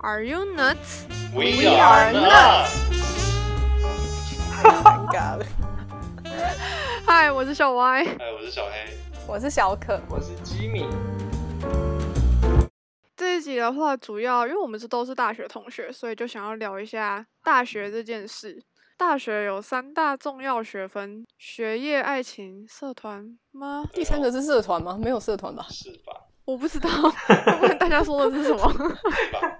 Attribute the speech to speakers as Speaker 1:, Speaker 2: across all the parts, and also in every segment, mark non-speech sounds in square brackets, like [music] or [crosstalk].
Speaker 1: Are you nuts? [laughs]
Speaker 2: We are nuts。
Speaker 3: 尴尬了。
Speaker 1: 嗨，我是小歪。
Speaker 2: 哎，我是小黑，
Speaker 3: [laughs] 我是小可，
Speaker 4: 我是吉米，
Speaker 1: 这一集的话，主要因为我们是都是大学同学，所以就想要聊一下大学这件事。大学有三大重要学分：学业、爱情、社团吗？
Speaker 3: 第三个是社团吗？没有社团吧？
Speaker 2: 是吧？
Speaker 1: 我不知
Speaker 3: [laughs]
Speaker 1: 道，我问大家说的是什么？
Speaker 2: 是吧？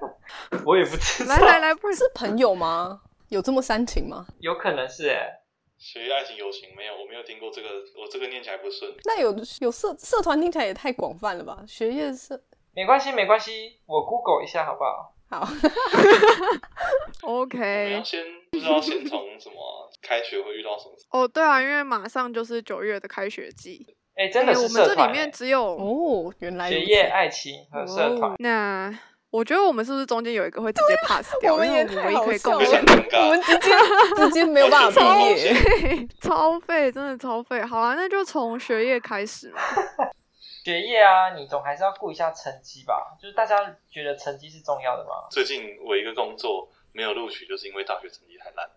Speaker 4: 我也不知道 [laughs]
Speaker 1: 来，来来，不然
Speaker 3: 是朋友吗？有这么煽情吗？
Speaker 4: 有可能是哎，
Speaker 2: 学业、爱情、友情没有，我没有听过这个，我这个念起来不顺。
Speaker 3: 那有有社社团听起来也太广泛了吧？学业社
Speaker 4: 没关系没关系，我 Google 一下好不好？
Speaker 3: 好，哎
Speaker 2: 我们要
Speaker 1: OK。
Speaker 2: 先不知道先从什么开学会遇到什么，
Speaker 1: 哦，对啊，因为马上就是九月的开学季，
Speaker 4: 哎，真的
Speaker 1: 诶
Speaker 4: 是
Speaker 1: 我们
Speaker 4: 社
Speaker 1: 这里
Speaker 4: 团
Speaker 1: 面
Speaker 4: 欸，
Speaker 1: 只有
Speaker 3: [laughs] 哦，原来如
Speaker 4: 学
Speaker 3: 此
Speaker 4: 业、
Speaker 1: 哎
Speaker 4: 爱情和社团
Speaker 1: 哦。那我觉得我们是不是中间有一个会直接 pass 掉？
Speaker 3: [laughs] 我们
Speaker 1: 因
Speaker 3: 也
Speaker 1: 为我们
Speaker 3: 太
Speaker 1: 唯
Speaker 3: 好
Speaker 1: 一可以
Speaker 3: 笑
Speaker 1: 共
Speaker 2: 非
Speaker 3: 了
Speaker 1: 享
Speaker 2: 常尴
Speaker 3: 我们
Speaker 2: 尬。
Speaker 3: 直接 [laughs] 直接没有办法
Speaker 2: 哎
Speaker 3: 毕业。
Speaker 1: 对， [laughs] 超费，真的超费。好啦，那就从学业开始嘛。
Speaker 4: 学业啊，你总还是要顾一下成绩吧。就是大家觉得成绩是重要的吗？
Speaker 2: [laughs] 最近我一个工作没有录取，就是因为大学成绩太烂，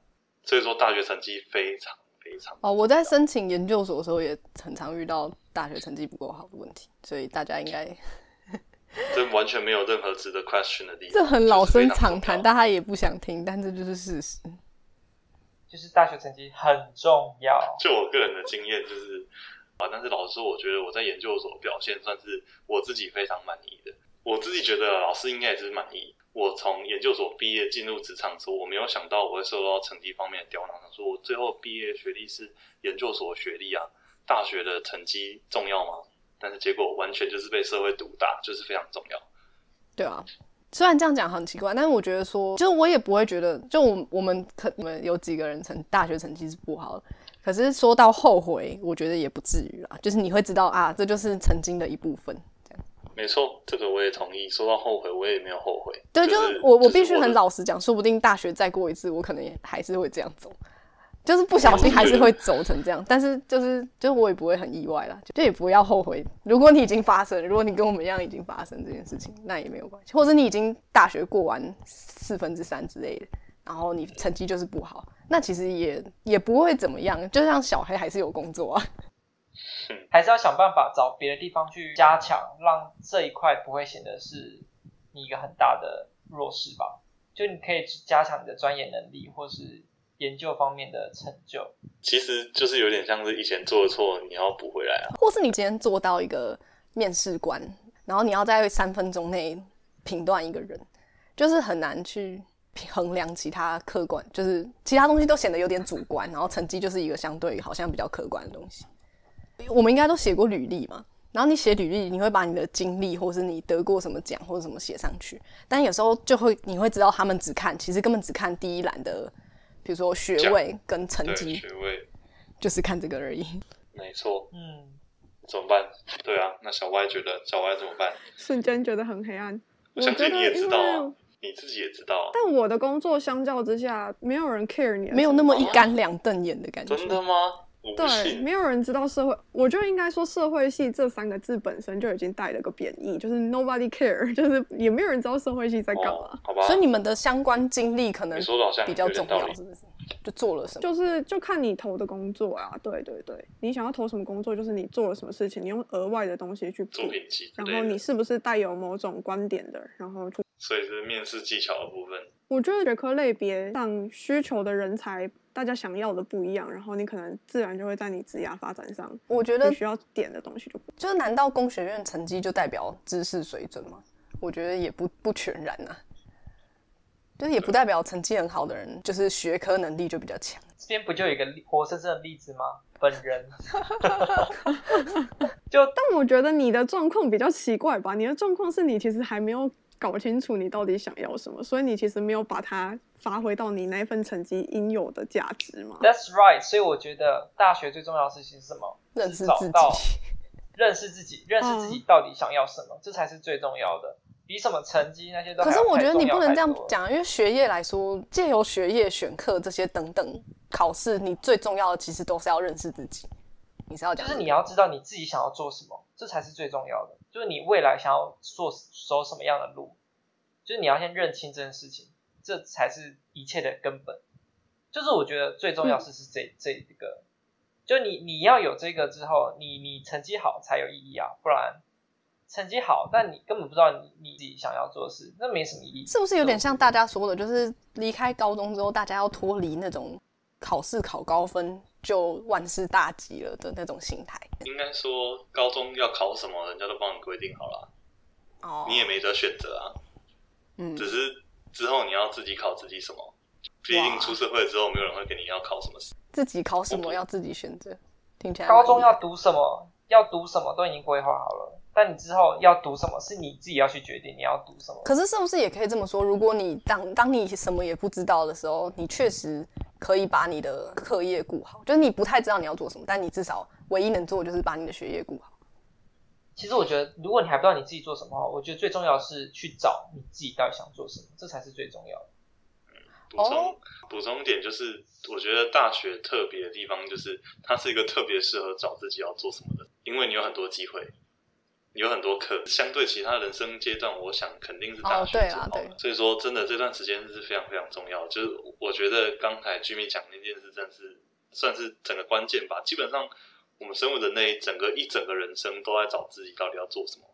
Speaker 2: 所以说大学成绩非常非常。
Speaker 3: 哦，我在申请研究所的时候也很常遇到大学成绩不够好的问题，所以大家应该
Speaker 2: 这完全没有任何值得 question 的地方。
Speaker 3: 这很老
Speaker 2: 就是非
Speaker 3: 生
Speaker 2: 常
Speaker 3: 常谈，
Speaker 2: 重要
Speaker 3: 大家也不想听，但这就是事实。
Speaker 4: 就是大学成绩很重要。
Speaker 2: 就我个人的经验就是，啊，但是老实说，我觉得我在研究所表现算是我自己非常满意的。我自己觉得老师应该也是满意。我从研究所毕业进入职场的时候，我没有想到我会受到成绩方面的刁难。想说我最后毕业学历是研究所学历啊，大学的成绩重要吗？但是结果完全就是被社会毒打，就是非常重要。
Speaker 3: 对啊，虽然这样讲很奇怪，但是我觉得说，就是我也不会觉得，就我我们可我们有几个人成大学成绩是不好的，可是说到后悔，我觉得也不至于啦，就是你会知道啊，这就是曾经的一部分。
Speaker 2: 没错，这个我也同意。说到后悔，我也没有后悔。
Speaker 3: 对，
Speaker 2: 就
Speaker 3: 就是
Speaker 2: 就
Speaker 3: 我我
Speaker 2: 是
Speaker 3: 必须
Speaker 2: 的
Speaker 3: 很老实讲，说不定大学再过一次，我可能也还是会这样走，就是不小心还是会走成这样。但是就是就是我也不会很意外啦，就也不要后悔。如果你已经发生了，如果你跟我们一样已经发生这件事情，那也没有关系。或者你已经大学过完四分之三之类的，然后你成绩就是不好，那其实也也不会怎么样。就像小黑还是有工作啊，
Speaker 4: 还是要想办法找别的地方去加强，让这一块不会显得是你一个很大的弱势吧。就你可以加强你的专业能力，或是研究方面的成就。
Speaker 2: 其实就是有点像是以前做的错，你要补回来啊。
Speaker 3: 或是你今天做到一个面试官，然后你要在三分钟内评断一个人，就是很难去衡量其他客观，就是其他东西都显得有点主观，然后成绩就是一个相对好像比较客观的东西。我们应该都写过履历嘛，然后你写履历，你会把你的经历或是你得过什么奖或者什么写上去，但有时候就会你会知道他们只看，其实根本只看第一栏的，比如说学位跟成
Speaker 2: 对，
Speaker 3: 绩
Speaker 2: 学，位，
Speaker 3: 就是看这个而已。
Speaker 2: 没错，
Speaker 4: 嗯，
Speaker 2: 怎么办？对啊，那小歪觉得小歪怎么办？
Speaker 5: [laughs] 瞬间觉得很黑暗。
Speaker 2: 我
Speaker 5: 我
Speaker 2: 相
Speaker 5: 觉
Speaker 2: 信
Speaker 5: 得
Speaker 2: 你也知道
Speaker 5: 因
Speaker 2: 啊
Speaker 5: 为，
Speaker 2: 你自己也知道啊。
Speaker 5: 但我的工作相较之下，没有人 care
Speaker 2: 啊
Speaker 5: 你的成绩，
Speaker 3: 没有那么一干两瞪眼的感觉。
Speaker 2: 真的吗？我不
Speaker 5: 对，
Speaker 2: 信
Speaker 5: 没。有人知道社会。我觉得应该说“社会系”这三个字本身就已经带了个贬义，就是 nobody care，就是也没有人知道啊社会系在干嘛。
Speaker 2: 哦，好吧。
Speaker 3: 所以你们的相关经历可能
Speaker 2: 你说的好像
Speaker 3: 比较
Speaker 2: 有点
Speaker 3: 重
Speaker 2: 道
Speaker 3: 要，
Speaker 2: 理
Speaker 3: 是。不是？就做了什么？
Speaker 5: 就是就看你投的工作啊，对对对，你想要投什么工作，就是你做了什么事情，你用额外的东西去补
Speaker 2: 作，品集之
Speaker 5: 然
Speaker 2: 类
Speaker 5: 后
Speaker 2: 的
Speaker 5: 你是不是带有某种观点的，然后去
Speaker 2: 所以是面试技巧的部分。
Speaker 5: 我觉得学科类别上需求的人才，大家想要的不一样，然后你可能自然就会在你职涯发展上，
Speaker 3: 我觉得
Speaker 5: 你需要点的东西就不
Speaker 3: 就是难道工学院成绩就代表知识水准吗？我觉得也不不全然呐、就是也不代表成绩很好的人，就是学科能力就比较强。
Speaker 4: 这边不就有一个例活生生的例子吗？本人就
Speaker 5: 但我觉得你的状况比较奇怪吧，你的状况是你其实还没有搞清楚你到底想要什么，所以你其实没有把它发挥到你那一份成绩应有的价值嘛。
Speaker 4: That's right。所以我觉得大学最重要的事情是什么？
Speaker 3: 认识
Speaker 4: 是找
Speaker 3: 自己嗯
Speaker 4: 到认识自己，认识自己到底想要什么，这才是最重要的。比什么成绩那些
Speaker 3: [laughs]
Speaker 4: 都
Speaker 3: 可
Speaker 4: 还要
Speaker 3: 是
Speaker 4: 太重要。
Speaker 3: 我觉得你不能
Speaker 4: 太
Speaker 3: 这样
Speaker 4: 多了。
Speaker 3: 讲，因为学业来说，借由学业、选课这些等等考试，你最重要的其实都是要认识自己。你是要
Speaker 4: 就
Speaker 3: 讲
Speaker 4: 是你要知道你自己想要做什么，这才是最重要的。就是你未来想要做走什么样的路，就是你要先认清这件事情，这才是一切的根本。就是我觉得最重要是是这、这一个，就你你要有这个之后，你你成绩好才有意义啊，不然成绩好，但你根本不知道你你自己想要做的事，那没什么意义。
Speaker 3: 是不是有点像大家说的，就是离开高中之后，大家要脱离那种考试考高分就万事大吉了的那种心态？
Speaker 2: 应该说高中要考什么，人家都帮你规定好了，
Speaker 3: 哦
Speaker 2: 你也没得选择啊。
Speaker 3: 嗯
Speaker 2: 只是之后你要自己考自己什么，毕竟出社会之后，没有人会给你要考什么事。
Speaker 3: 自己考什么要自己选择，听起来蛮
Speaker 4: 高中
Speaker 3: 厉害
Speaker 4: 要读什么，要读什么都已经规划好了，但你之后要读什么是你自己要去决定你要读什么。
Speaker 3: 可是是不是也可以这么说？如果你当当你什么也不知道的时候，你确实可以把你的课业顾好，就是你不太知道你要做什么，但你至少唯一能做的就是把你的学业顾好。
Speaker 4: 其实我觉得，如果你还不知道你自己做什么的话，我觉得最重要的是去找你自己到底想做什么，这才是最重要的。
Speaker 2: 补
Speaker 3: 哦
Speaker 2: 充补充点就是，我觉得大学特别的地方就是，它是一个特别适合找自己要做什么的，因为你有很多机会，你有很多课，相对其他人生阶段，我想肯定是大学
Speaker 3: 哦对
Speaker 2: 之
Speaker 3: 啦
Speaker 2: 后的。所以说，真的这段时间是非常非常重要。就是我觉得刚才 Jimmy 讲那件事，真的是算是整个关键吧。基本上，我们身为人类，整个一整个人生都在找自己到底要做什么。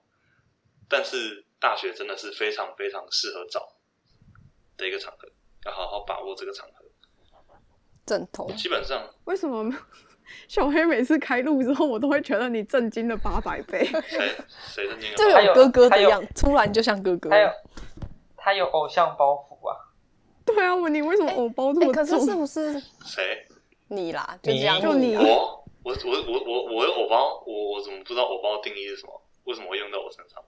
Speaker 2: 但是大学真的是非常非常适合找的一个场合，要好好把握这个场合。
Speaker 3: 正统
Speaker 4: 嗯
Speaker 2: 基本上，
Speaker 5: 为什么 [laughs] 小黑每次开录之后，我都会觉得你震惊了八百倍？ [laughs]
Speaker 2: 谁谁的那
Speaker 3: 就
Speaker 2: 个
Speaker 4: 还有
Speaker 3: 有哥哥
Speaker 4: 还
Speaker 3: 的
Speaker 4: 有
Speaker 3: 样，突然就像哥哥。
Speaker 4: 还有，他有偶像包袱啊，
Speaker 5: 对啊，我你为什么
Speaker 3: 哎
Speaker 5: 偶包这
Speaker 3: 哎
Speaker 5: 么
Speaker 3: 可是是
Speaker 5: 重？
Speaker 3: 不是
Speaker 2: 谁？
Speaker 3: 你啦？就这样，
Speaker 4: 你
Speaker 5: 就你
Speaker 3: 啦
Speaker 2: [laughs] 我我我我我我有偶包，我我怎么不知道偶包定义是什么？为什么会用到我身上？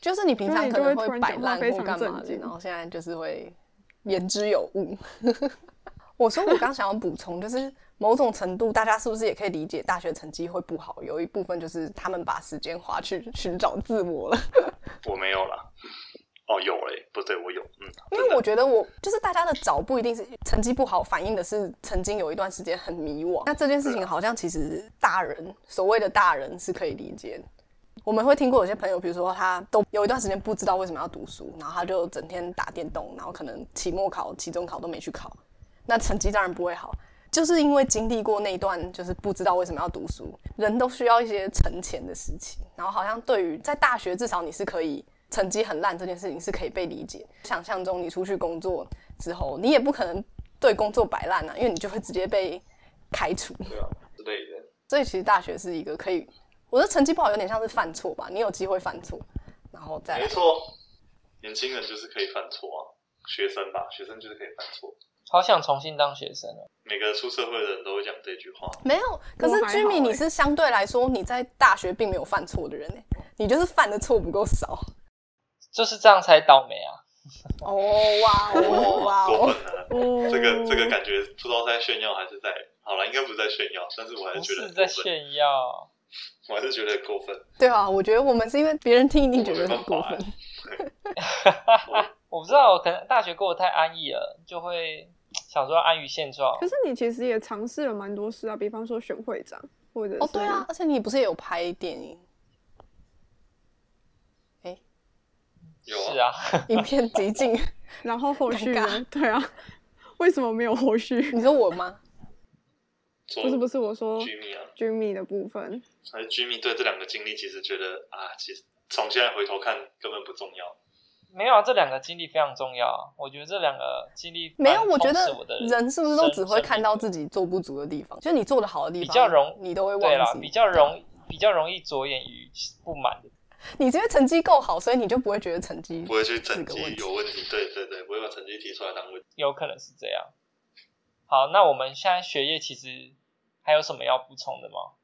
Speaker 3: 就是你平常可能会摆烂
Speaker 5: 对你就会突然讲话非
Speaker 3: 或
Speaker 5: 常
Speaker 3: 干嘛
Speaker 5: 震
Speaker 3: 的，
Speaker 5: 惊
Speaker 3: 然后现在就是会言之有物。
Speaker 5: [laughs]
Speaker 3: 我说我刚想要补充，就是某种程度，大家是不是也可以理解大学成绩会不好？有一部分就是他们把时间花去寻找自我了。
Speaker 2: 我没有啦。哦，有嘞、不对，我有，嗯，
Speaker 3: 因为我觉得我就是大家的找不一定是成绩不好，反映的是曾经有一段时间很迷惘。那这件事情好像其实大人所谓的大人是可以理解的。我们会听过有些朋友，比如说他都有一段时间不知道为什么要读书，然后他就整天打电动，然后可能期末考、期中考都没去考，那成绩当然不会好。就是因为经历过那一段，就是不知道为什么要读书，人都需要一些沉潜的时期。然后好像对于在大学，至少你是可以成绩很烂这件事情是可以被理解。想象中你出去工作之后，你也不可能对工作摆烂啊，因为你就会直接被开除。
Speaker 2: 对啊之类的。
Speaker 3: 所以其实大学是一个可以，我觉得成绩不好有点像是犯错吧，你有机会犯错，然后再来
Speaker 2: 没错，年轻人就是可以犯错啊，学生吧，学生就是可以犯错。
Speaker 4: 好想重新当学生哦。
Speaker 2: 每个出社会的人都会讲这句话，
Speaker 3: 没有，可是
Speaker 5: 我还好
Speaker 3: Jimmy，
Speaker 5: 欸
Speaker 3: 你是相对来说你在大学并没有犯错的人、欸、你就是犯的错不够少。
Speaker 4: 就是这样才倒霉啊！
Speaker 3: 哦哇哦哇
Speaker 4: [laughs]
Speaker 2: 过
Speaker 3: 哦！
Speaker 2: 分了。
Speaker 5: 哦，
Speaker 2: 这个这个感觉不知道在炫耀还是在，好了，应该不是在炫耀，但是我还是
Speaker 4: 不
Speaker 2: 觉得
Speaker 4: 是
Speaker 2: 很
Speaker 4: 在
Speaker 2: 过分，
Speaker 4: 炫耀，
Speaker 2: 我还是觉得很过分。
Speaker 3: 对啊，我觉得我们是因为别人听一定觉得很过
Speaker 4: [laughs]
Speaker 2: 欸
Speaker 3: 分。
Speaker 4: 我不知道，可能大学过得太安逸了，就会想说安于现状
Speaker 5: 可。是你其实也尝试了蛮多事啊，比方说选会长，或者是
Speaker 3: 哦，对啊，，而且你不是也有拍电影、
Speaker 2: 有啊
Speaker 4: 是啊，
Speaker 3: 影片集锦？
Speaker 4: [laughs]
Speaker 5: 然后后续
Speaker 3: 尴
Speaker 5: 呢？ [laughs] 对啊，为什么没有后
Speaker 3: [laughs]
Speaker 5: 续？
Speaker 3: 你说我吗？
Speaker 2: 说
Speaker 5: 不是不是，我说
Speaker 2: Jimmy 啊，
Speaker 5: Jimmy 的部分，
Speaker 2: 还是 Jimmy 对这两个经历其实觉得啊，其实从现在回头看根本不重要。
Speaker 4: 没有啊，这两个经历非常重要。啊我觉得这两个经历
Speaker 3: 没有，
Speaker 4: 蛮
Speaker 3: 我觉
Speaker 4: 充实
Speaker 3: 得
Speaker 4: 我的
Speaker 3: 人是不是都只会看到
Speaker 4: 己？
Speaker 3: 自己做不足的地方？就是你做的好的地方，
Speaker 4: 比较容
Speaker 3: 你都会
Speaker 4: 对啦，
Speaker 3: 忘
Speaker 4: 比
Speaker 3: 记。
Speaker 4: 较容比较容易着眼于不满的。
Speaker 3: 你这些成绩够好，所以你就不会觉得成绩
Speaker 2: 不会去整
Speaker 3: 是个问
Speaker 2: 绩
Speaker 3: 题
Speaker 2: 有问题，对对对，不会把成绩提出来当问题。
Speaker 4: 有可能是这样。好，那我们现在学业其实还有什么要补充的吗？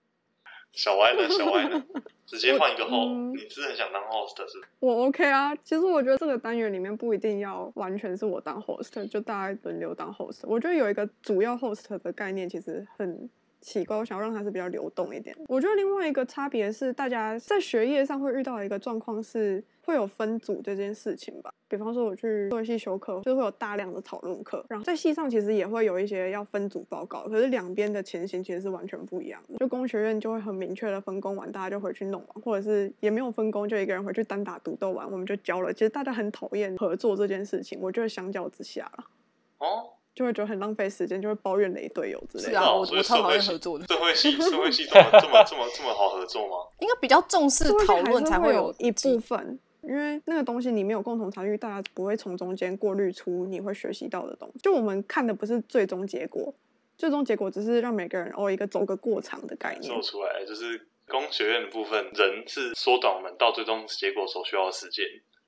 Speaker 2: 小歪呢？小
Speaker 3: [laughs]
Speaker 2: 歪呢？直接换一个
Speaker 5: 我
Speaker 2: host，
Speaker 5: 嗯
Speaker 2: 你是很想当 host 是不是？
Speaker 5: 我 OK 啊。其实我觉得这个单元里面不一定要完全是我当 host，就大家轮流当 host。我觉得有一个主要 host 的概念其实很奇怪，我想要让它是比较流动一点。我觉得另外一个差别是，大家在学业上会遇到一个状况是会有分组这件事情吧。比方说我去做系修课，就会有大量的讨论课，然后在系上其实也会有一些要分组报告，可是两边的情形其实是完全不一样的。就工学院就会很明确的分工完，大家就回去弄完，或者是也没有分工，就一个人回去单打独斗完，我们就交了。其实大家很讨厌合作这件事情，我觉得相较之下啦，
Speaker 2: 哦，
Speaker 5: 就会觉得很浪费时间，就会抱怨雷队友之类
Speaker 3: 是
Speaker 5: 的。
Speaker 3: 啊
Speaker 2: 那
Speaker 3: 我
Speaker 2: 所以
Speaker 3: 我超
Speaker 2: 社
Speaker 3: 讨
Speaker 2: 会
Speaker 3: 厌
Speaker 2: 系
Speaker 3: 合作的
Speaker 2: 社会系
Speaker 3: [laughs]
Speaker 2: 社会系这么这么这么这么好合作吗？
Speaker 3: 应该比较重视
Speaker 5: 社会
Speaker 3: 讨
Speaker 5: 性还
Speaker 3: 论
Speaker 5: 是
Speaker 3: 才
Speaker 5: 会
Speaker 3: 有
Speaker 5: 一部
Speaker 3: 进
Speaker 5: 分，因为那个东西你没有共同参与，大家不会从中间过滤出你会学习到的东西。就我们看的不是最终结果，最终结果只是让每个人哦一个走个过场的概念
Speaker 2: 做。出来就是工学院的部分，人是缩短我们到最终结果所需要的时间，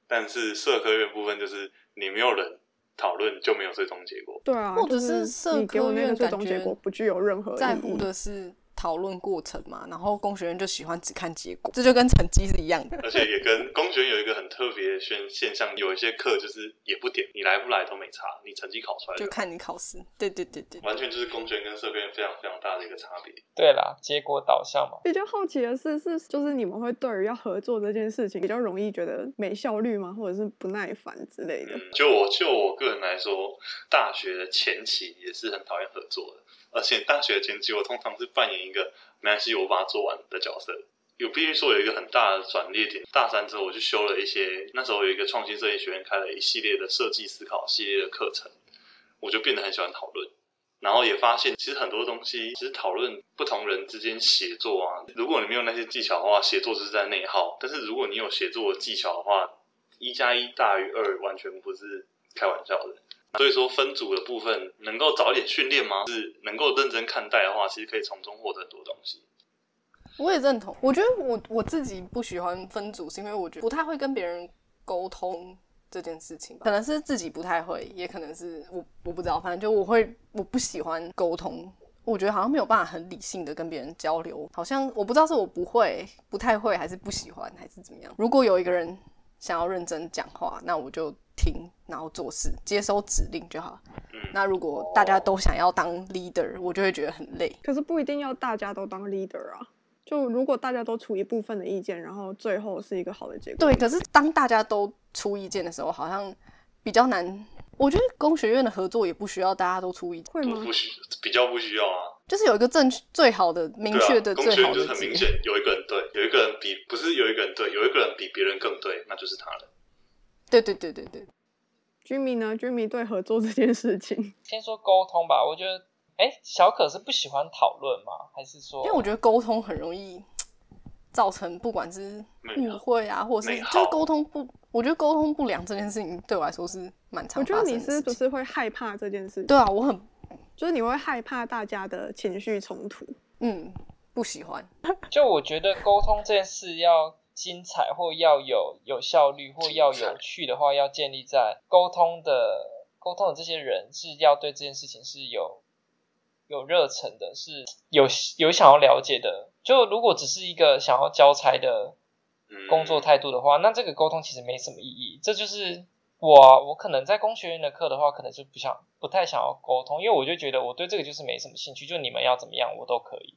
Speaker 2: 但是社科院部分就是你没有人讨论就没有最终结果。
Speaker 5: 对啊，
Speaker 3: 或者
Speaker 5: 就是
Speaker 3: 社
Speaker 5: 你给我
Speaker 3: 科
Speaker 5: 那个
Speaker 3: 院
Speaker 5: 最
Speaker 3: 感
Speaker 5: 终结
Speaker 3: 觉
Speaker 5: 果不具有任何
Speaker 3: 在
Speaker 5: 意
Speaker 3: 乎
Speaker 5: 义
Speaker 3: 的是讨论过程嘛，然后工学院就喜欢只看结果，这就跟成绩是一样的。
Speaker 2: 而且也跟工学院有一个很特别的现现象，有一些课就是也不点，你来不来都没差，你成绩考出来
Speaker 3: 就
Speaker 2: 就好
Speaker 3: 看你考试，对对对对，
Speaker 2: 完全就是工学院跟社科院非常非常大的一个差别。
Speaker 4: 对啦，结果导向嘛，
Speaker 5: 比较好奇的是，是就是你们会对于要合作这件事情比较容易觉得没效率吗，或者是不耐烦之类的？
Speaker 2: 嗯，就我就我个人来说，大学的前期也是很讨厌合作的，而且大学前期我通常是扮演一个没关系我把它做完的角色。有必须说有一个很大的转捩点，大三之后我去修了一些，那时候有一个创新设计学院开了一系列的设计思考系列的课程，我就变得很喜欢讨论，然后也发现其实很多东西，其实讨论不同人之间协作啊，如果你没有那些技巧的话，协作就是在内耗；但是如果你有协作的技巧的话，一加一大于二，完全不是开玩笑的。所以说分组的部分能够早一点训练吗？是能够认真看待的话，其实可以从中获得很多东西。
Speaker 3: 我也认同。我觉得我我自己不喜欢分组，是因为我觉得不太会跟别人沟通这件事情吧，可能是自己不太会，也可能是我我不知道，反正就我会我不喜欢沟通。我觉得好像没有办法很理性的跟别人交流，好像我不知道是我不会、不太会，还是不喜欢，还是怎么样。如果有一个人想要认真讲话，那我就听，然后做事，接收指令就好。
Speaker 2: 嗯，
Speaker 3: 那如果大家都想要当 leader，我就会觉得很累。
Speaker 5: 可是不一定要大家都当 leader 啊。就如果大家都出一部分的意见，然后最后是一个好的结果，
Speaker 3: 对，可是当大家都出意见的时候，好像比较难。我觉得工学院的合作也不需要大家都出意见，
Speaker 5: 会
Speaker 2: 不
Speaker 5: 吗？
Speaker 2: 不需比较不需要啊，
Speaker 3: 就是有一个正最好的、明
Speaker 2: 对啊
Speaker 3: 确的、，
Speaker 2: 工学
Speaker 3: 最好
Speaker 2: 院就是
Speaker 3: 的
Speaker 2: 很明
Speaker 3: 解。
Speaker 2: 显有一个人对，有一个人比不是有一个人对，有一个人比别人更对，那就是他了。
Speaker 3: 对对对对对，
Speaker 5: Jimmy 呢？Jimmy 对合作这件事
Speaker 3: [laughs]
Speaker 5: 情，
Speaker 4: 先说沟通吧，我觉得，哎，小可是不喜欢讨论吗？还是说，
Speaker 3: 因为我觉得沟通很容易造成不管是
Speaker 2: 内耗
Speaker 3: 误会啊，或者是
Speaker 2: 内
Speaker 3: 就是
Speaker 2: 耗
Speaker 3: 沟通不，我觉得沟通不良这件事情对我来说是蛮
Speaker 5: 我
Speaker 3: 常
Speaker 5: 觉
Speaker 3: 发
Speaker 5: 得
Speaker 3: 生
Speaker 5: 你
Speaker 3: 的
Speaker 5: 是
Speaker 3: 事
Speaker 5: 不
Speaker 3: 情。
Speaker 5: 是会害怕这件事？
Speaker 3: 对，啊，我很
Speaker 5: 就是你会害怕大家的情绪冲突。
Speaker 3: 嗯不喜欢，
Speaker 4: 就我觉得沟通这件事要精彩或要有有效率或要
Speaker 2: 精彩
Speaker 4: 有趣的话，要建立在沟通的沟通的这些人是要对这件事情是有有热忱的，是有有想要了解的。就如果只是一个想要交差的
Speaker 2: 嗯，
Speaker 4: 工作态度的话，那这个沟通其实没什么意义。这就是我我可能在工学院的课的话，可能就不想不太想要沟通，因为我就觉得我对这个就是没什么兴趣，就你们要怎么样我都可以，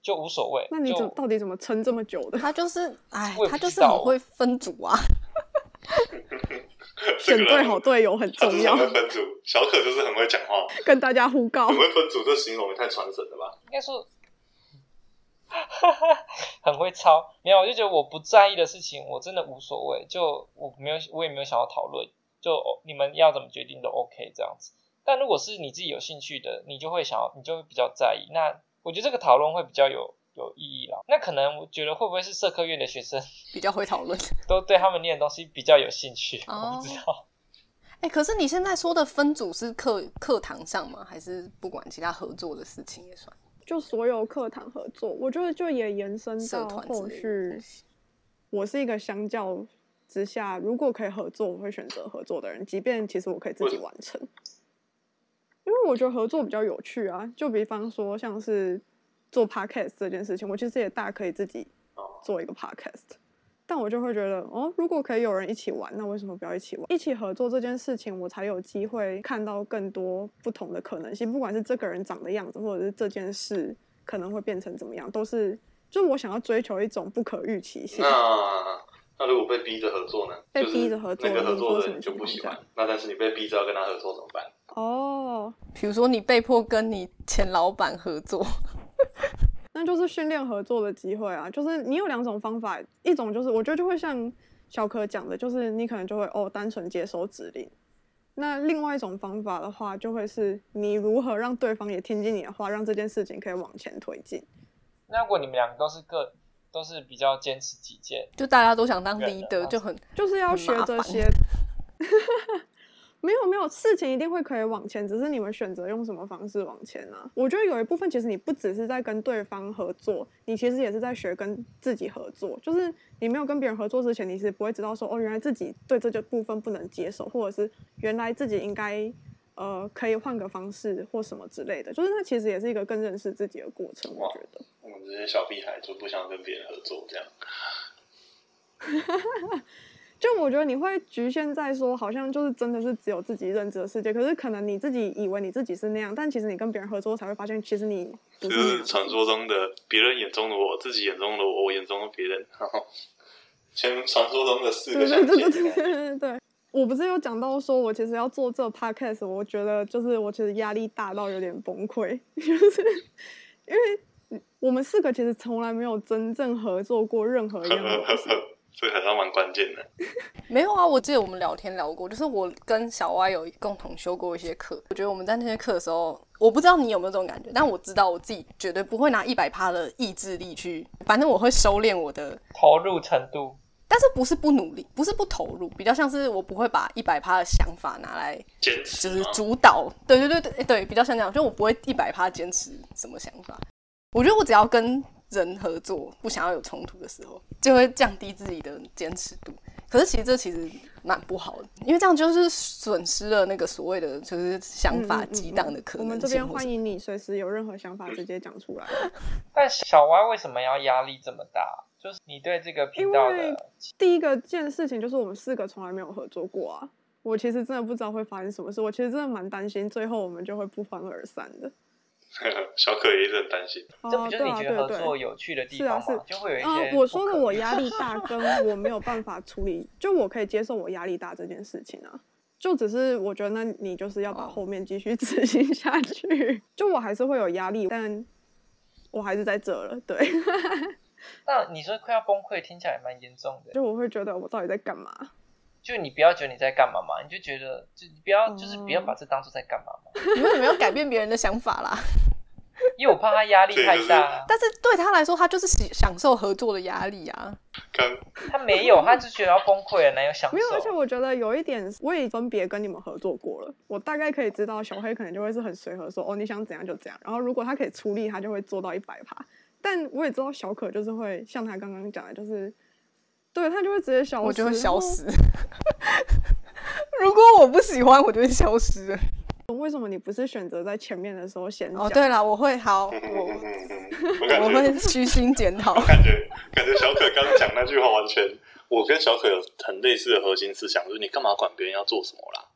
Speaker 4: 就无所谓。
Speaker 5: 那你怎
Speaker 4: 就
Speaker 5: 么到底怎么撑这么久的？
Speaker 3: 他就是哎
Speaker 4: 我也，
Speaker 3: 他
Speaker 4: 不
Speaker 3: 就
Speaker 4: 知
Speaker 3: 是很
Speaker 4: 道
Speaker 3: 会分组啊，
Speaker 2: [laughs] 这
Speaker 3: [laughs]
Speaker 5: 选
Speaker 2: 个人
Speaker 5: 对好队友很
Speaker 2: 他
Speaker 5: 重
Speaker 2: 就是
Speaker 5: 要
Speaker 2: 很，会分组，小可就是很会讲
Speaker 3: 哦
Speaker 2: 话，
Speaker 5: 跟大家互告
Speaker 2: [laughs] 很。会分组，这形容也太传神了吧？
Speaker 4: 应该说， [laughs] 很会抄。没有，我就觉得我不在意的事情，我真的无所谓。就我没有，我也没有想要讨论。就哦你们要怎么决定都 OK 这样子。但如果是你自己有兴趣的，你就会想要，你就会比较在意。那我觉得这个讨论会比较有有意义啦。那可能我觉得会不会是社科院的学生 [laughs]
Speaker 3: 比较会讨论。
Speaker 4: 都对他们念的东西比较有兴趣？
Speaker 3: 哦
Speaker 4: 我不知道。
Speaker 3: 哎、可是你现在说的分组是课课堂上吗？还是不管其他合作的事情也算？
Speaker 5: 就所有课堂合作，我觉得就也延伸
Speaker 3: 社
Speaker 5: 到
Speaker 3: 团之
Speaker 5: 后
Speaker 3: 类的
Speaker 5: 续
Speaker 3: 东西。
Speaker 5: 我是一个相较之下，如果可以合作，我会选择合作的人，即便其实我可以自己完成，因为我觉得合作比较有趣啊。就比方说像是做 podcast 这件事情，我其实也大可以自己
Speaker 2: 哦，
Speaker 5: 做一个 podcast。但我就会觉得，哦，如果可以有人一起玩，那为什么不要一起玩？一起合作这件事情，我才有机会看到更多不同的可能性，不管是这个人长的样子，或者是这件事可能会变成怎么样，都是就是我想要追求一种不可预期性。
Speaker 2: 嗯那那如果被逼着合作呢？
Speaker 5: 被
Speaker 2: 就是
Speaker 5: 逼着合作
Speaker 2: 那个合
Speaker 5: 你
Speaker 2: 作
Speaker 5: 说
Speaker 2: 的
Speaker 5: 什
Speaker 2: 人
Speaker 5: 么
Speaker 2: 就
Speaker 5: 情
Speaker 2: 不
Speaker 5: 况
Speaker 2: 喜
Speaker 5: 下
Speaker 2: 欢。那但是你被逼着要跟他合作怎么办？
Speaker 5: 哦，
Speaker 3: 比如说你被迫跟你前老板合作，
Speaker 5: 那就是训练合作的机会啊。就是你有两种方法，一种就是我觉得就会像小可讲的，就是你可能就会哦单纯接收指令。那另外一种方法的话，就会是你如何让对方也听进你的话，让这件事情可以往前推进。
Speaker 4: 那如果你们两个都是个都是比较坚持己见，
Speaker 3: 就大家都想当
Speaker 4: 对啊的
Speaker 3: leader，就很
Speaker 5: 就是要
Speaker 3: 很
Speaker 5: 学
Speaker 3: 麻
Speaker 5: 这
Speaker 3: 烦 [laughs]
Speaker 5: 些。没有没有，事情一定会可以往前，只是你们选择用什么方式往前啊。我觉得有一部分其实你不只是在跟对方合作，你其实也是在学跟自己合作。就是你没有跟别人合作之前，你是不会知道说哦，原来自己对这个部分不能接受，或者是原来自己应该呃可以换个方式或什么之类的。就是那其实也是一个更认识自己的过程，我
Speaker 2: 哇
Speaker 5: 觉得。
Speaker 2: 我们这些小屁孩就不想跟别人合作，这样。
Speaker 5: 就我觉得你会局限在说，好像就是真的是只有自己认知的世界，可是可能你自己以为你自己是那样，但其实你跟别人合作才会发现，其实你不
Speaker 2: 就是
Speaker 5: 那
Speaker 2: 是
Speaker 5: 样。
Speaker 2: 传说中的别人眼中的我，自己眼中的我，我眼中的别
Speaker 5: [laughs]
Speaker 2: 人，然后全传说中的四个
Speaker 5: 对
Speaker 2: 相
Speaker 5: 对对对对
Speaker 2: 见。
Speaker 5: 对对。我不是有讲到说，我其实要做这 podcast，我觉得就是我其实压力大到有点崩溃， [laughs] 就是因为我们四个其实从来没有真正合作过任何一样的东西。
Speaker 2: [laughs] 这个好像蛮关键的。
Speaker 3: 没有啊。我记得我们聊天聊过，就是我跟小歪有共同修过一些课，我觉得我们在那些课的时候，我不知道你有没有这种感觉，但我知道我自己绝对不会拿一百趴的意志力去，反正我会收敛我的
Speaker 4: 投入程度
Speaker 3: 但是不是不努力，不是不投入，比较像是我不会把一百趴的想法拿来
Speaker 2: 坚持
Speaker 3: 就
Speaker 2: 吗
Speaker 3: 是主导，对对对对诶对，比较像这样，就我不会一百趴坚持什么想法。我觉得我只要跟人合作，不想要有冲突的时候，就会降低自己的坚持度。可是其实这其实蛮不好的，因为这样就是损失了那个所谓的就是想法
Speaker 5: 嗯嗯嗯
Speaker 3: 激荡的可
Speaker 5: 我们
Speaker 3: 能性或者。
Speaker 5: 这边欢迎你随时有任何想法直接讲出来。
Speaker 4: 但小歪为什么要压力这么大？就是你对这个频道
Speaker 5: 因为
Speaker 4: 的
Speaker 5: 第一个件事情就是我们四个从来没有合作过啊。我其实真的不知道会发生什么事，我其实真的蛮担心，最后我们就会不欢而散的。
Speaker 2: [laughs] 小可也是很担心。
Speaker 5: 哦
Speaker 4: 这不，就是
Speaker 5: 对
Speaker 4: 你
Speaker 5: 啊，
Speaker 4: 觉得合
Speaker 5: 对
Speaker 4: 作
Speaker 5: 对。
Speaker 4: 有趣的地
Speaker 5: 是啊
Speaker 4: 方
Speaker 5: 是
Speaker 4: 吗？就会有一
Speaker 5: 嗯
Speaker 4: 些，
Speaker 5: 我说
Speaker 4: 不
Speaker 5: 的
Speaker 4: 可
Speaker 5: 我压力
Speaker 4: [laughs]
Speaker 5: 大，跟我没有办法处理，就我可以接受我压力大这件事情啊。就只是我觉得，那你就是要把
Speaker 3: 哦
Speaker 5: 后面继续 [laughs] 执行下去。就我还是会有压力，但我还是在这了。对， [laughs]
Speaker 4: 那你说快要崩溃，听起来蛮严重的。
Speaker 5: 就我会觉得我到底在干嘛？
Speaker 4: 就你不要觉得你在干嘛嘛，你就觉得就你不要就是不要
Speaker 5: 嗯
Speaker 4: 把这当做在干嘛嘛，
Speaker 3: 你为什么要改变别人的想法啦？
Speaker 4: 因为我怕他压力
Speaker 2: 对
Speaker 4: 太
Speaker 2: 就是
Speaker 4: 大啊。
Speaker 3: 但是对他来说，他就是喜享受合作的压力啊。
Speaker 2: 刚
Speaker 4: 他没有，他就觉得要崩溃了，哪有享
Speaker 5: [laughs]
Speaker 4: 受？
Speaker 5: 没有，而且我觉得有一点，我也分别跟你们合作过了，我大概可以知道小黑可能就会是很随和说，哦，你想怎样就怎样。然后如果他可以出力，他就会做到一百趴。但我也知道小可就是会像他刚刚讲的，就是对他就会直接消失，
Speaker 3: 我就会消
Speaker 5: 然后
Speaker 3: 失。 [laughs] 如果我不喜欢，我就会消失了。
Speaker 5: 为什么你不是选择在前面的时候先讲？
Speaker 3: 哦，对了，我会好，
Speaker 2: 嗯嗯嗯
Speaker 3: 我
Speaker 2: 嗯嗯我感 [laughs]
Speaker 3: 我
Speaker 2: 觉
Speaker 3: 会虚心检讨。 [laughs]
Speaker 2: 感觉感觉小可刚刚讲那句话完全，我跟小可有很类似的核心思想，就是你干嘛管别人要做什么啦？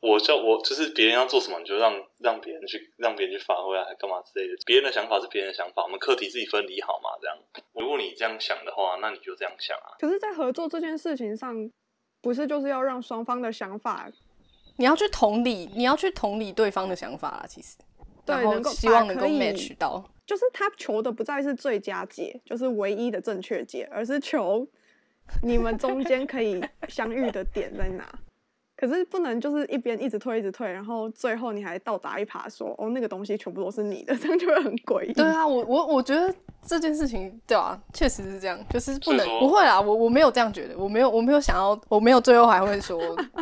Speaker 2: 我叫我就是别人要做什么，你就让让别人去让别人去发挥啊，还干嘛之类的。别人的想法是别人的想法，我们课题自己分离好嘛，这样。如果你这样想的话，那你就这样想啊。
Speaker 5: 可是，在合作这件事情上，不是就是要让双方的想法
Speaker 3: 你要去同理，你要去同理对方的想法啦，其实，
Speaker 5: 对
Speaker 3: 然后
Speaker 5: 能够
Speaker 3: 希
Speaker 5: 把
Speaker 3: 望能
Speaker 5: 可
Speaker 3: 够
Speaker 5: 以
Speaker 3: match 到。
Speaker 5: 就是他求的不再是最佳解，就是唯一的正确解，而是求你们中间可以相遇的点在哪。可是不能就是一边一直退一直退，然后最后你还倒打一耙说哦那个东西全部都是你的， [laughs] 这样就会很诡异。
Speaker 3: 对啊，我我我觉得这件事情，对啊，确实是这样，就是不能
Speaker 2: 所以说
Speaker 3: 不会啦，我我没有这样觉得，我没有我没有想要，我没有最后还会 [laughs] 说，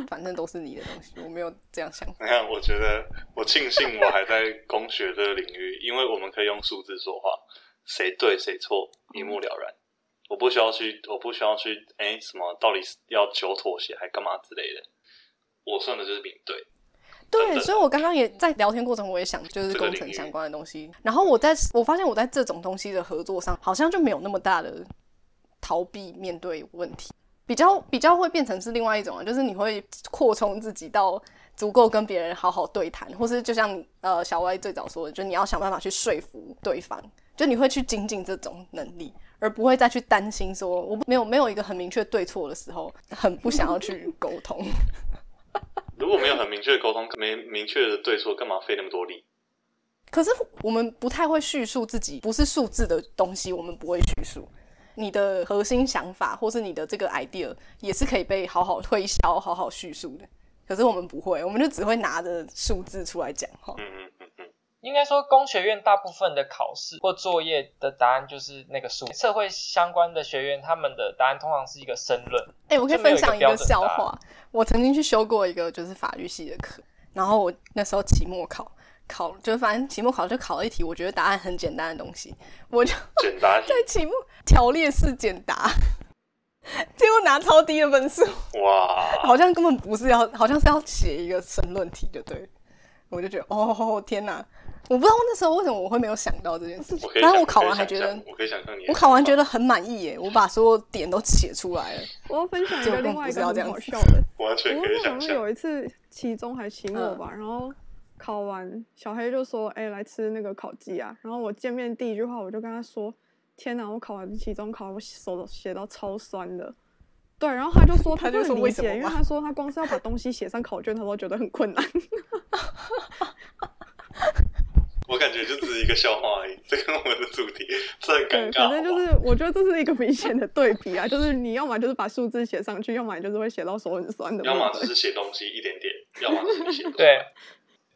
Speaker 3: 反正都是你的东西，我没有这样想。
Speaker 2: [laughs] 你看，我觉得我庆幸我还在工学这个领域，因为我们可以用数字说话，谁对谁错一目了然。我不需要去，我不需要去，哎、什么到底是要求妥协还干嘛之类的。我算的就是比对，真
Speaker 3: 对，
Speaker 2: 的
Speaker 3: 所以我刚刚也在聊天过程，我也想就是
Speaker 2: 这个
Speaker 3: 工
Speaker 2: 领
Speaker 3: 程
Speaker 2: 域
Speaker 3: 相关的东西。然后我在我发现我在这种东西的合作上，好像就没有那么大的逃避面对问题，比较比较会变成是另外一种啊，就是你会扩充自己到足够跟别人好好对谈，或是就像呃小歪最早说的，就是你要想办法去说服对方。就你会去精进这种能力，而不会再去担心说我没有没有一个很明确对错的时候，很不想要去沟通。
Speaker 2: 如果没有很明确的沟通，没明确的对错，干嘛费那么多力？
Speaker 3: 可是我们不太会叙述自己不是数字的东西，我们不会叙述。你的核心想法或是你的这个 idea 也是可以被好好推销、好好叙述的。可是我们不会，我们就只会拿着数字出来讲话。
Speaker 2: 嗯嗯嗯嗯，
Speaker 4: 应该说，工学院大部分的考试或作业的答案就是那个数。社会相关的学院，他们的答案通常是一个申论。
Speaker 3: 哎、我可以
Speaker 4: 就没
Speaker 3: 分
Speaker 4: 有一个
Speaker 3: 享一
Speaker 4: 标
Speaker 3: 个
Speaker 4: 准
Speaker 3: 笑
Speaker 4: 答案
Speaker 3: 话。我曾经去修过一个就是法律系的课，然后我那时候期末考，考就反正期末考就考了一题，我觉得答案很简单的东西，我就
Speaker 2: 简答题
Speaker 3: 在期末条列式简答，结果拿超低的分数，
Speaker 2: 哇，
Speaker 3: 好像根本不是要，好像是要写一个申论题，就对了。我就觉得，哦天哪！我不知道那时候为什么我会没有想到这件事情
Speaker 2: 我可，以想，
Speaker 3: 但是我考完还
Speaker 2: 可以
Speaker 3: 觉
Speaker 2: 想象
Speaker 3: 得，
Speaker 2: 我可以想象你的想法，
Speaker 3: 我考完觉得很满意耶，我把所有点都写出来了。
Speaker 5: 我要分享一
Speaker 3: 结
Speaker 5: 个
Speaker 3: 果
Speaker 5: 另
Speaker 3: 根本
Speaker 5: 外
Speaker 3: 不
Speaker 5: 一
Speaker 3: 是
Speaker 5: 个
Speaker 3: 要这
Speaker 5: 很
Speaker 3: 样
Speaker 5: 好
Speaker 3: 子
Speaker 5: 笑的。
Speaker 2: 完全
Speaker 5: 我
Speaker 2: 可
Speaker 3: 嗯
Speaker 2: 以
Speaker 5: 好
Speaker 2: 想
Speaker 5: 像
Speaker 2: 象。
Speaker 5: 有一次期中还期末吧，然后考完，小黑就说：“哎、来吃那个烤鸡啊！”然后我见面第一句话我就跟他说：“天哪，我考完期中考，我手都写到超酸的。”对，然后他就说
Speaker 3: 他就
Speaker 5: 不能
Speaker 3: 说为
Speaker 5: 理
Speaker 3: 什么
Speaker 5: 解，因为
Speaker 3: 吗
Speaker 5: 他说他光是要把东西写上考卷，他都觉得很困难。
Speaker 2: 我感觉就只是一个笑话而已，这跟我们的主题这很尴
Speaker 5: 对，反
Speaker 2: 尬。
Speaker 5: 正就
Speaker 2: 好吧
Speaker 5: 是我觉得这是一个明显的对比啊，就是你要么就是把数字写上去，要么你就是会写到手很酸的部分。
Speaker 2: 要么只是写东西一点点，要么就是写
Speaker 4: [laughs] 对，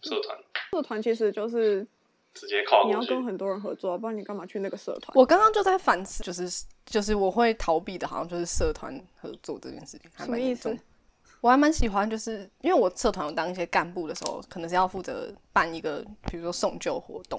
Speaker 2: 社团
Speaker 5: 社团其实就是
Speaker 2: 直接跨
Speaker 5: 你要
Speaker 2: 过去。
Speaker 5: 跟很多人合作，不然你干嘛去那个社团？
Speaker 3: 我刚刚就在反思，就是就是我会逃避的，好像就是社团合作这件事情，还
Speaker 5: 什么
Speaker 3: 蛮
Speaker 5: 意
Speaker 3: 严重
Speaker 5: 思。
Speaker 3: 我还蛮喜欢，就是因为我社团有当一些干部的时候，可能是要负责办一个，比如说送旧活动，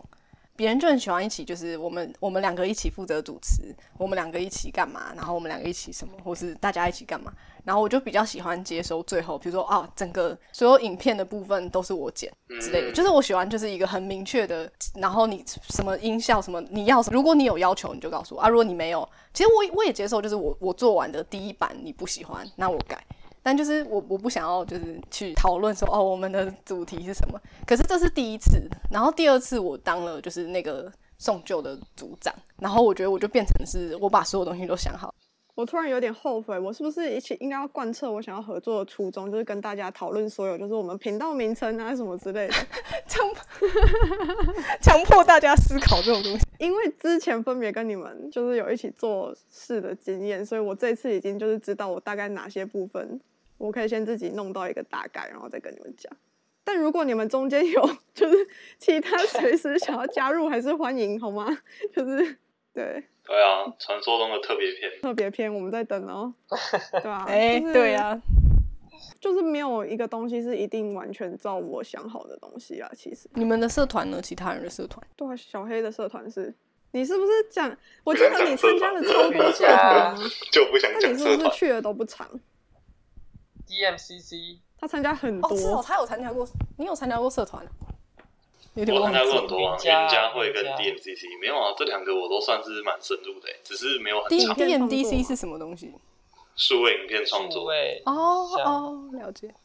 Speaker 3: 别人就很喜欢一起，就是我们我们两个一起负责主持，我们两个一起干嘛，然后我们两个一起什么，或是大家一起干嘛。然后我就比较喜欢接收最后，比如说啊，整个所有影片的部分都是我剪，之类的，
Speaker 2: 嗯
Speaker 3: 就是我喜欢就是一个很明确的，然后你什么音效什么你要什么，如果你有要求你就告诉我啊，如果你没有，其实我我也接受，就是我我做完的第一版你不喜欢，那我改，但就是我我不想要就是去讨论说哦我们的主题是什么，可是这是第一次，然后第二次我当了就是那个送旧的组长，然后我觉得我就变成是我把所有东西都想好，
Speaker 5: 我突然有点后悔，我是不是一起应该要贯彻我想要合作的初衷，就是跟大家讨论所有，就是我们频道名称啊什么之
Speaker 3: [laughs]
Speaker 5: 类的。
Speaker 3: 强
Speaker 5: [laughs]
Speaker 3: 强迫大家思考这种东西。
Speaker 5: 因为之前分别跟你们就是有一起做事的经验，所以我这次已经就是知道我大概哪些部分，我可以先自己弄到一个大概，然后再跟你们讲。但如果你们中间有就是其他随时想要加入，还是欢迎好吗？ [laughs] 就是对
Speaker 2: 对啊，传说中的特别篇，
Speaker 5: 特别篇，我们在等
Speaker 3: [laughs]
Speaker 5: 哦。对啊，
Speaker 3: 哎、
Speaker 5: 就是
Speaker 3: 对啊，
Speaker 5: 就是没有一个东西是一定完全照我想好的东西啊。其实，
Speaker 3: 你们的社团呢？其他人的社团？
Speaker 5: 对啊，小黑的社团是，你是不是讲？我记
Speaker 2: 不
Speaker 5: 得
Speaker 2: 想
Speaker 5: 你
Speaker 2: 讲
Speaker 5: 参
Speaker 2: 社
Speaker 5: 加了超
Speaker 2: 团
Speaker 5: 多社团啊，
Speaker 2: [laughs] 就不想
Speaker 5: 但
Speaker 2: 讲
Speaker 5: 你是
Speaker 2: 社
Speaker 5: 不是
Speaker 2: 团。
Speaker 5: 去的都不长？
Speaker 4: DMCC
Speaker 5: 他参加很
Speaker 3: 哦，至少
Speaker 5: 多，
Speaker 3: 他有参加过，你有参加过社团啊？有点
Speaker 2: 我
Speaker 3: 忘
Speaker 2: 参
Speaker 3: 记
Speaker 2: 加过很
Speaker 3: 了。
Speaker 2: 多啊，
Speaker 4: 云家
Speaker 2: 云家会跟
Speaker 4: 云家
Speaker 2: DMCC 没有啊，这两个我都算是蛮深入的欸，只是没有很
Speaker 3: D
Speaker 2: 长。
Speaker 3: D
Speaker 5: 片
Speaker 3: M
Speaker 5: 创
Speaker 3: D
Speaker 5: 作
Speaker 3: C
Speaker 5: 嘛
Speaker 3: 是什么东西？
Speaker 2: 数位影片创
Speaker 4: 数
Speaker 2: 作，
Speaker 4: 位
Speaker 3: 哦
Speaker 4: 像
Speaker 3: 哦，了解。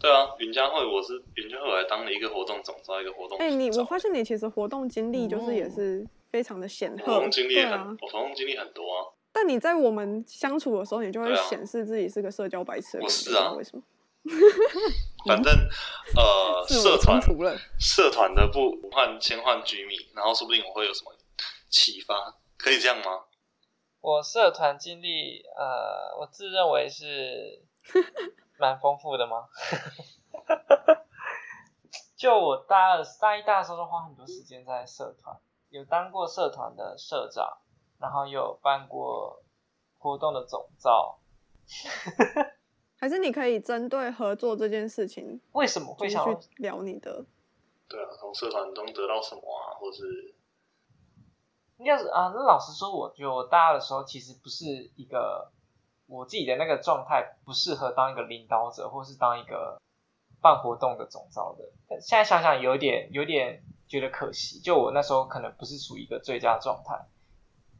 Speaker 2: 对啊，云家会我是云家会，我还当了一个活动总招，一个活动
Speaker 5: 哎、你
Speaker 2: 副
Speaker 5: 我
Speaker 2: 招。
Speaker 5: 发现你其实活动经历就是也
Speaker 3: 哦
Speaker 5: 是非常的显
Speaker 2: 我活
Speaker 5: 赫，
Speaker 2: 动经历
Speaker 5: 对
Speaker 2: 也很，
Speaker 5: 啊。
Speaker 2: 我活动经历很多啊。
Speaker 5: 但你在我们相处的时候，你就会
Speaker 2: 对啊
Speaker 5: 显示自己是个社交白痴的感觉。
Speaker 2: 我是
Speaker 5: 不知道
Speaker 2: 啊
Speaker 5: 为什么？嗯
Speaker 2: 反正呃，
Speaker 3: 自
Speaker 2: 社
Speaker 3: 我冲
Speaker 2: 团
Speaker 3: 突了。
Speaker 2: 社团的不换先换居民，然后说不定我会有什么启发，可以这样吗？
Speaker 4: 我社团经历，呃，我自认
Speaker 5: [laughs]
Speaker 4: 为是蛮丰富的吗？ [laughs] 就我大二、大一、大二的时候都花很多时间在社团，有当过社团的社长，然后有办过活动的总召。
Speaker 5: 还是你可以针对合作这件事情，
Speaker 4: 为什么
Speaker 5: 就
Speaker 4: 会
Speaker 5: 是
Speaker 4: 想要
Speaker 5: 去聊你的。
Speaker 2: 对啊，从社团中得到什么啊，或是
Speaker 4: 应该是啊，那老实说，我觉得我大二的时候其实不是一个我自己的那个状态，不适合当一个领导者，或是当一个办活动的总招的。但现在想想有点有点觉得可惜，就我那时候可能不是处于一个最佳状态，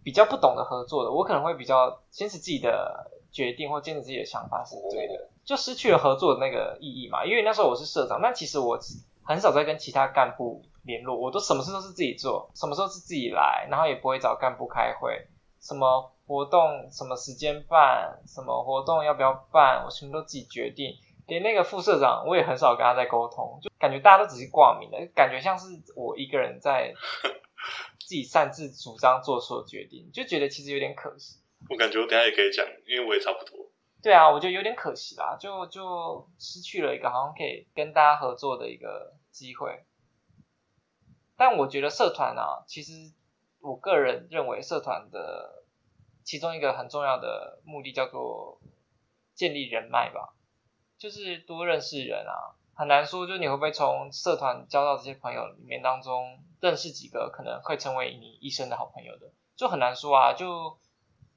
Speaker 4: 比较不懂得合作的，我可能会比较坚持自己的决定或坚持自己的想法是对的，就失去了合作的那个意义嘛。因为那时候我是社长，但其实我很少在跟其他干部联络，我都什么事都是自己做，什么时候是自己来，然后也不会找干部开会，什么活动什么时间办，什么活动要不要办，我全部都自己决定。连那个副社长，我也很少跟他在沟通，就感觉大家都只是挂名的，感觉像是我一个人在自己擅自主张做所有决定，就觉得其实有点可惜。
Speaker 2: 我感觉我等一下也可以讲，因为我也差不多。
Speaker 4: 对啊，我觉得有点可惜啦，就就失去了一个好像可以跟大家合作的一个机会。但我觉得社团啊，其实我个人认为社团的其中一个很重要的目的叫做建立人脉吧，就是多认识人啊。很难说，就是你会不会从社团交到这些朋友里面当中认识几个可能会成为你一生的好朋友的，就很难说啊。就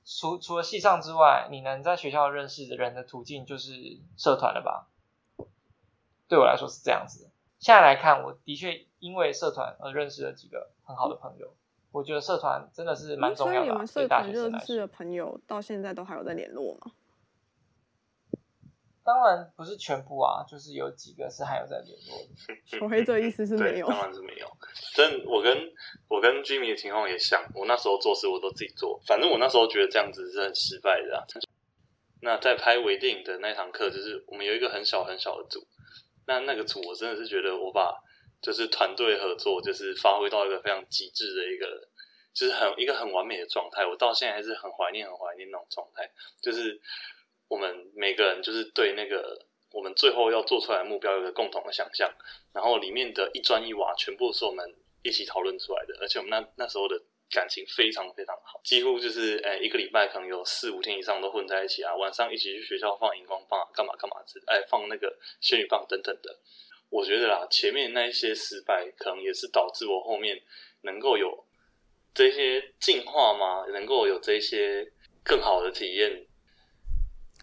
Speaker 4: 除除了系上之外，你能在学校认识的人的途径就是社团了吧？对我来说是这样子的。现在来看，我的确因为社团而认识了几个很好的朋友。我觉得社团真的是蛮
Speaker 5: 嗯
Speaker 4: 重
Speaker 5: 所以
Speaker 4: 要
Speaker 5: 你
Speaker 4: 的啊、
Speaker 5: 们
Speaker 4: 对
Speaker 5: 社
Speaker 4: 大
Speaker 5: 团
Speaker 4: 学生
Speaker 5: 认
Speaker 4: 来
Speaker 5: 识
Speaker 4: 说。
Speaker 5: 的朋友到现在都还有在联络吗？
Speaker 4: 当然不是全部啊，就是有几个是还有在联络的。
Speaker 5: 小黑这个意思是
Speaker 2: 嗯对，
Speaker 5: 没有
Speaker 2: 当，然是没有。但我跟我跟居民的情况也像，我那时候做事我都自己做，反正我那时候觉得这样子是很失败的、啊。那在拍微电影的那堂课，就是我们有一个很小很小的组，那那个组我真的是觉得我把就是团队合作，就是发挥到一个非常极致的一个，就是很一个很完美的状态。我到现在还是很怀念很怀念那种状态，就是我们每个人就是对那个我们最后要做出来的目标有一个共同的想象。然后里面的一砖一瓦全部是我们一起讨论出来的，而且我们那那时候的感情非常非常好，几乎就是呃一个礼拜可能有四五天以上都混在一起啊，晚上一起去学校放荧光棒啊，干嘛干嘛之，哎放那个仙女棒等等的。我觉得啦，前面那一些失败可能也是导致我后面能够有这些进化吗？能够有这些更好的体验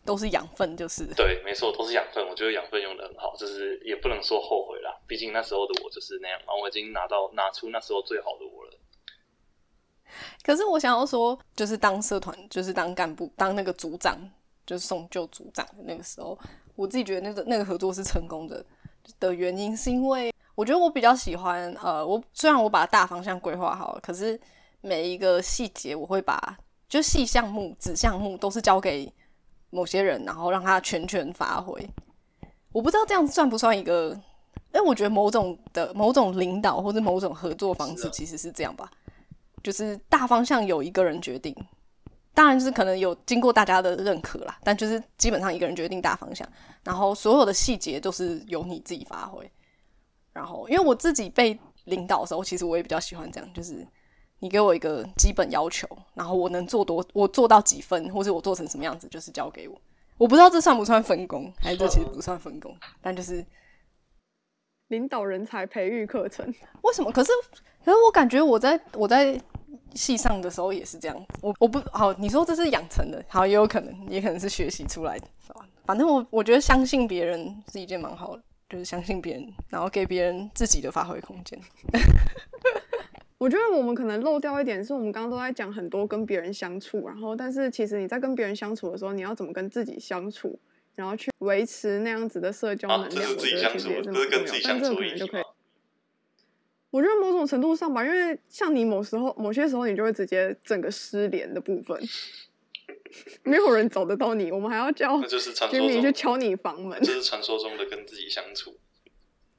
Speaker 3: 都是养分，就是
Speaker 2: 对，没错，都是养分。我觉得养分用的很好，就是也不能说后悔啦。毕竟那时候的我就是那样嘛，我已经拿到拿出那时候最好的我了。
Speaker 3: 可是我想要说，就是当社团，就是当干部，当那个组长，就是送旧组长的那个时候，我自己觉得那个那个合作是成功的的原因，是因为我觉得我比较喜欢，呃，我虽然我把大方向规划好了，可是每一个细节我会把就细项目、子项目都是交给某些人，然后让他全权发挥。我不知道这样算不算一个，哎，我觉得某种的某种领导或者某种合作方
Speaker 2: 是
Speaker 3: 式
Speaker 2: 啊
Speaker 3: 其实是这样吧。就是大方向有一个人决定，当然就是可能有经过大家的认可啦，但就是基本上一个人决定大方向，然后所有的细节都是由你自己发挥。然后，因为我自己被领导的时候，其实我也比较喜欢这样，就是你给我一个基本要求，然后我能做多，我做到几分，或者我做成什么样子，就是交给我。我不知道这算不算分工，还是这
Speaker 2: 嗯
Speaker 3: 其实不算分工，但就是
Speaker 5: 领导人才培育课程， [laughs]
Speaker 3: 为什么？可是可是我感觉我在我在戏上的时候也是这样，我我不好，你说这是养成的，好也有可能，也可能是学习出来的。反正我我觉得相信别人是一件蛮好的，就是相信别人，然后给别人自己的发挥空间。
Speaker 5: 我觉得我们可能漏掉一点，是我们刚刚都在讲很多跟别人相处，然后但是其实你在跟别人相处的时候，你要怎么跟自己相处，然后去维持那样子的社交
Speaker 2: 啊
Speaker 5: 能
Speaker 2: 这
Speaker 5: 量，
Speaker 2: 是
Speaker 5: 我觉得其实也是
Speaker 2: 自己相处这
Speaker 5: 蛮
Speaker 2: 是跟
Speaker 5: 重
Speaker 2: 自
Speaker 5: 要
Speaker 2: 己。
Speaker 5: 但
Speaker 2: 相
Speaker 5: 这
Speaker 2: 处
Speaker 5: 个可
Speaker 2: 的
Speaker 5: 能
Speaker 2: 议
Speaker 5: 就
Speaker 2: 题
Speaker 5: 可以
Speaker 2: 吗。
Speaker 5: 我觉得某种程度上吧，因为像你某时候、某些时候，你就会直接整个失联的部分， [laughs] 没有人找得到你，我们还要叫
Speaker 2: 那就是传说
Speaker 5: Jimmy
Speaker 2: 中
Speaker 5: 去敲你房门。
Speaker 2: 这是传说中的跟自己相处。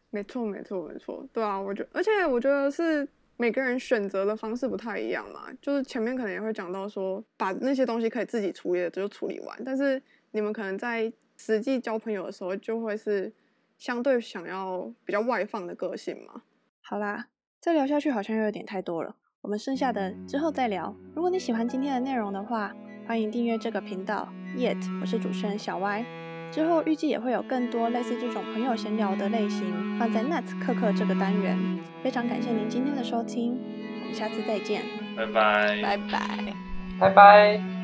Speaker 5: 没错，没错，没错，对啊，我觉而且我觉得是每个人选择的方式不太一样嘛，就是前面可能也会讲到说，把那些东西可以自己处理的就处理完，但是你们可能在实际交朋友的时候，就会是相对想要比较外放的个性嘛，
Speaker 6: 好啦，再聊下去好像又有点太多了，我们剩下的之后再聊。如果你喜欢今天的内容的话，欢迎订阅这个频道 Yet，我是主持人小歪。之后预计也会有更多类似这种朋友闲聊的类型放在 Nuts 课课这个单元。非常感谢您今天的收听，我们下次再见，
Speaker 2: 嗯拜拜。
Speaker 3: 拜拜。
Speaker 4: 拜拜。